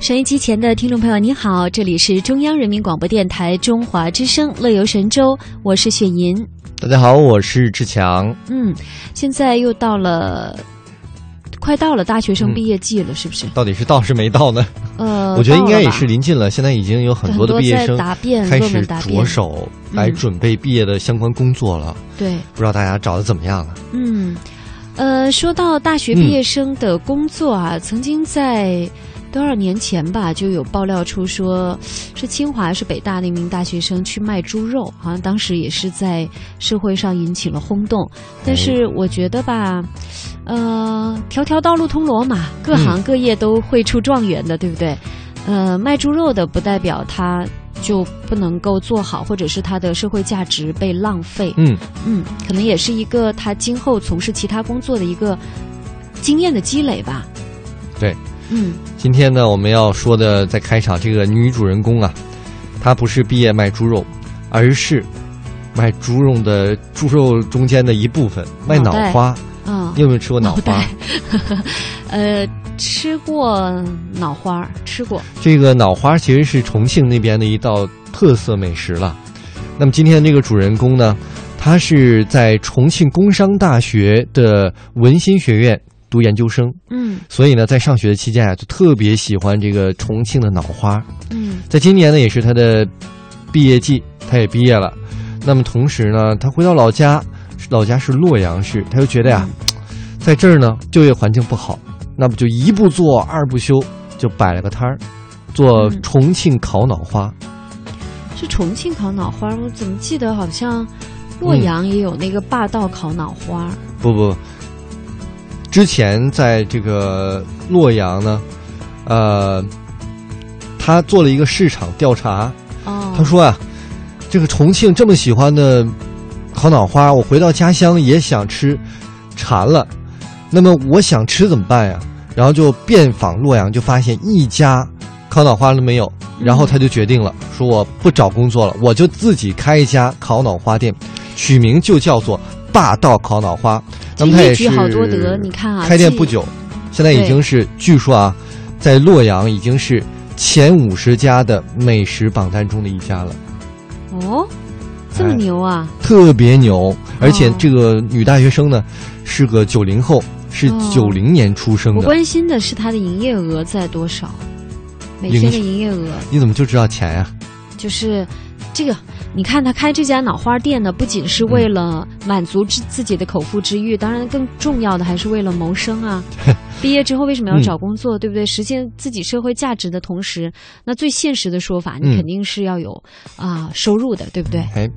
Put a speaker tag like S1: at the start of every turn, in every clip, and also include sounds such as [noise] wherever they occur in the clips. S1: 收音机前的听众朋友，你好，这里是中央人民广播电台中华之声《乐游神州》，我是雪莹。
S2: 大家好，我是志强。
S1: 嗯，现在又到了，快到了大学生毕业季了，是不是？
S2: 到底是到是没到呢？
S1: 呃，
S2: 嗯我觉得应该也
S1: 到
S2: 是
S1: 了吧
S2: 临近了，现在已经有很多的毕业
S1: 很多
S2: 生
S1: 在答辩
S2: 开
S1: 论
S2: 始
S1: 文答辩
S2: 着手来
S1: 嗯
S2: 准备毕业的相关工作了。
S1: 对，
S2: 不知道大家找的怎么样了？啊
S1: 嗯，呃，说到大学毕业生的工作啊，曾经在多少年前吧，就有爆料出说是清华是北大那名大学生去卖猪肉，好像当时也是在社会上引起了轰动。但是我觉得吧，呃，条条道路通罗马，各行各业都会出状元的，对不对？呃，卖猪肉的不代表他就不能够做好，或者是他的社会价值被浪费。
S2: 嗯，
S1: 嗯，可能也是一个他今后从事其他工作的一个经验的积累吧。
S2: 对，
S1: 嗯
S2: 今天呢，我们要说的在开场这个女主人公啊，她不是毕业卖猪肉，而是卖猪肉的猪肉中间的一部分，卖
S1: 脑
S2: 脑
S1: 袋
S2: 花。
S1: 啊
S2: 你，有没有吃过脑
S1: 脑
S2: 花？
S1: 袋呃，吃过脑花儿，吃过，
S2: 这个脑花其实是重庆那边的一道特色美食了。那么今天这个主人公呢，他是在重庆工商大学的文心学院读研究生，
S1: 嗯
S2: 所以呢，在上学的期间啊，就特别喜欢这个重庆的脑花。
S1: 嗯
S2: 在今年呢，也是他的毕业季，他也毕业了。那么同时呢，他回到老家，老家是洛阳市，他就觉得呀、在这儿呢就业环境不好，那么就一不做二不休，就摆了个摊儿，做
S1: 嗯
S2: 重庆烤脑花。
S1: 是重庆烤脑花儿，我怎么记得好像洛
S2: 嗯
S1: 阳也有那个霸道烤脑花儿？
S2: 不不，之前在这个洛阳呢，呃，他做了一个市场调查，
S1: 哦，
S2: 他说啊，这个重庆这么喜欢的烤脑花，我回到家乡也想吃，馋了。那么我想吃怎么办呀？然后就遍访洛阳，就发现一家烤脑花都没有。然后他就决定了，说我不找工作了，我就自己开一家烤脑花店，取名就叫做霸道烤脑花。
S1: 这
S2: 那么他也
S1: 一
S2: 是
S1: 举好多得，你看啊，
S2: 开店
S1: 既
S2: 不久，现在已经是据说啊，在洛阳已经是前五十家的美食榜单中的一家了，
S1: 哦，这么
S2: 哎
S1: 牛啊！
S2: 特别牛。而且
S1: 哦
S2: 这个女大学生呢，是个九零后，是
S1: 哦
S2: 九零年出生
S1: 我
S2: 的。
S1: 关心的是它的营业额在多少，每
S2: 营
S1: 天的营业额。
S2: 你怎么就知道钱啊呀、
S1: 就是这个，你看他开这家脑花店呢，不仅是为了满足自自己的口腹之欲，当然更重要的还是为了谋生
S2: [laughs]
S1: 啊。毕业之后为什么要
S2: 嗯
S1: 找工作，对不对？实现自己社会价值的同时，那最现实的说法，你
S2: 嗯
S1: 肯定是要有啊、收入的，对不对？
S2: 哎，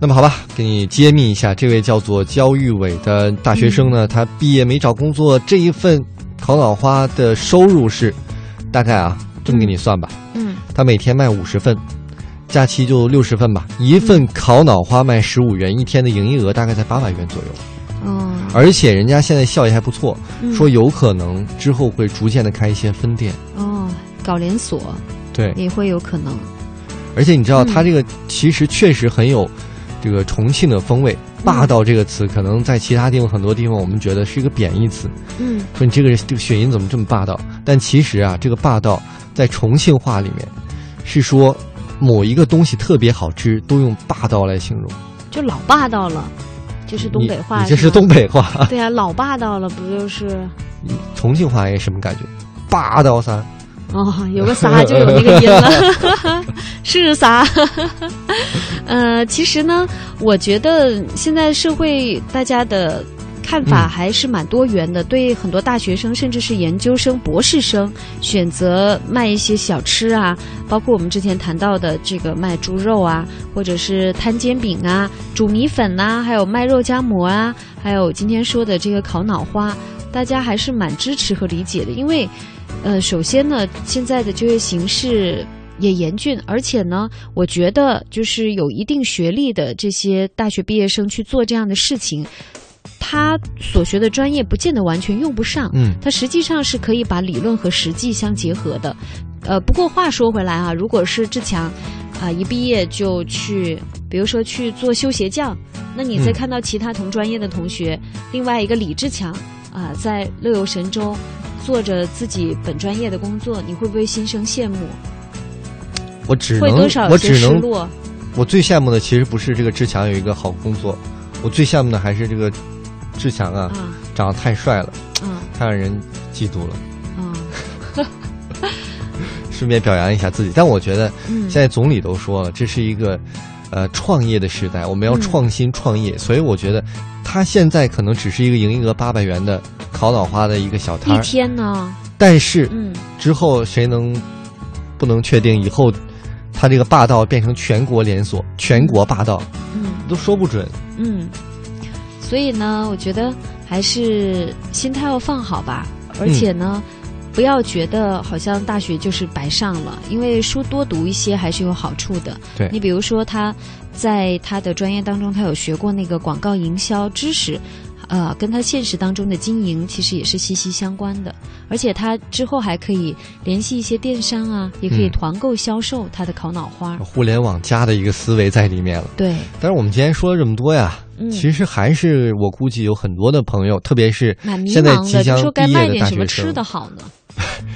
S2: 那么好吧，给你揭秘一下，这位叫做焦玉伟的大学生呢，他毕业没找工作，这一份烤脑花的收入是大概啊，这么给你算吧，
S1: 嗯，
S2: 他每天卖五十份，假期就六十份吧。一份烤脑花卖十五元，一天的营业额大概在八百元左右。
S1: 哦，
S2: 而且人家现在效益还不错，
S1: 嗯
S2: 说有可能之后会逐渐的开一些分店。
S1: 哦，搞连锁
S2: 对，
S1: 也会有可能。
S2: 而且你知道
S1: 嗯
S2: 他这个其实确实很有这个重庆的风味。
S1: 嗯
S2: 霸道这个词，可能在其他地方很多地方我们觉得是一个贬义词，
S1: 嗯，
S2: 说你这个人这个雪银怎么这么霸道？但其实啊，这个霸道在重庆话里面是说某一个东西特别好吃，都用霸道来形容。
S1: 就老霸道了，就是东北
S2: 你
S1: 话。
S2: 你这是
S1: 吗
S2: 东北话， [laughs]
S1: 对啊，老霸道了，不就是？
S2: 重庆话也什么感觉？霸道噻！
S1: 哦，有个啥就有那个音了， [laughs] 是啥？ [laughs] 呃，其实呢，我觉得现在社会大家的看法
S2: 嗯
S1: 还是蛮多元的，对很多大学生甚至是研究生、博士生选择卖一些小吃啊，包括我们之前谈到的这个卖猪肉啊，或者是摊煎饼啊、煮米粉呐、还有卖肉夹馍啊，还有今天说的这个烤脑花，大家还是蛮支持和理解的，因为。呃，首先呢，现在的就业形势也严峻，而且呢，我觉得就是有一定学历的这些大学毕业生去做这样的事情，他所学的专业不见得完全用不上，
S2: 嗯，
S1: 它实际上是可以把理论和实际相结合的。呃，不过话说回来啊，如果是志强啊、一毕业就去，比如说去做修鞋匠，那你再
S2: 嗯
S1: 看到其他同专业的同学，另外一个李志强啊、在乐游神州。做着自己本专业的工作，你会不会心生羡慕？
S2: 我只
S1: 会
S2: 能
S1: 多少
S2: 我
S1: 有些
S2: 只
S1: 失
S2: 能啊
S1: 落？
S2: 我最羡慕的其实不是这个志强有一个好工作，我最羡慕的还是这个志强啊，
S1: 啊
S2: 长得太帅了，
S1: 啊
S2: 太让人嫉妒了。
S1: 啊！
S2: 顺便表扬一下自己，但我觉得
S1: 嗯
S2: 现，在总理都说了，这是一个呃创业的时代，我们要
S1: 嗯
S2: 创新创业，所以我觉得他现在可能只是一个营业额八百元的烤脑花的一个小摊
S1: 一
S2: 儿，
S1: 天呢？
S2: 但是
S1: 嗯，
S2: 之后谁能不能确定以后他这个霸道变成全国连锁、全国霸道
S1: 嗯。
S2: 都说不准。
S1: 嗯，所以呢，我觉得还是心态要放好吧，而且呢，
S2: 嗯
S1: 不要觉得好像大学就是白上了，因为书多读一些还是有好处的。
S2: 对
S1: 你比如说他在他的专业当中，他有学过那个广告营销知识。呃，跟他现实当中的经营其实也是息息相关的，而且他之后还可以联系一些电商啊，也可以
S2: 嗯哦
S1: 团购销售他的烤脑花。
S2: 互联网加的一个思维在里面了。
S1: 对，
S2: 但是我们今天说了这么多呀，
S1: 嗯，
S2: 其实还是我估计有很多的朋友，特别是
S1: 蛮迷
S2: 现在
S1: 茫
S2: 即
S1: 的，
S2: 将
S1: 就说该
S2: 毕业
S1: 卖
S2: 的
S1: 点
S2: 大
S1: 什么
S2: 学
S1: 吃
S2: 生
S1: 的好
S2: [laughs]
S1: 呢，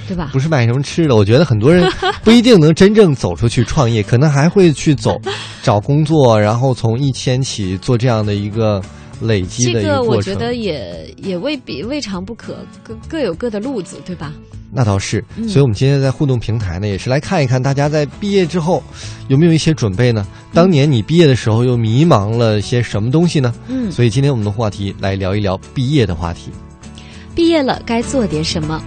S1: 对吧
S2: 不？是卖什么吃的，我觉得很多人 [laughs] 不一定能真正走出去创业，可能还会去走找工作，然后从一千起做这样的一个累积
S1: 这
S2: 的一
S1: 个我
S2: 过
S1: 觉
S2: 程。
S1: 得也也未必未尝不可，各各有各的路子，对吧？
S2: 那倒是，
S1: 嗯
S2: 所以我们今天在互动平台呢，也是来看一看大家在毕业之后有没有一些准备呢？
S1: 嗯
S2: 当年你毕业的时候又迷茫了些什么东西呢？
S1: 嗯，
S2: 所以今天我们的话题来聊一聊毕业的话题。
S1: 毕业了该做点什么？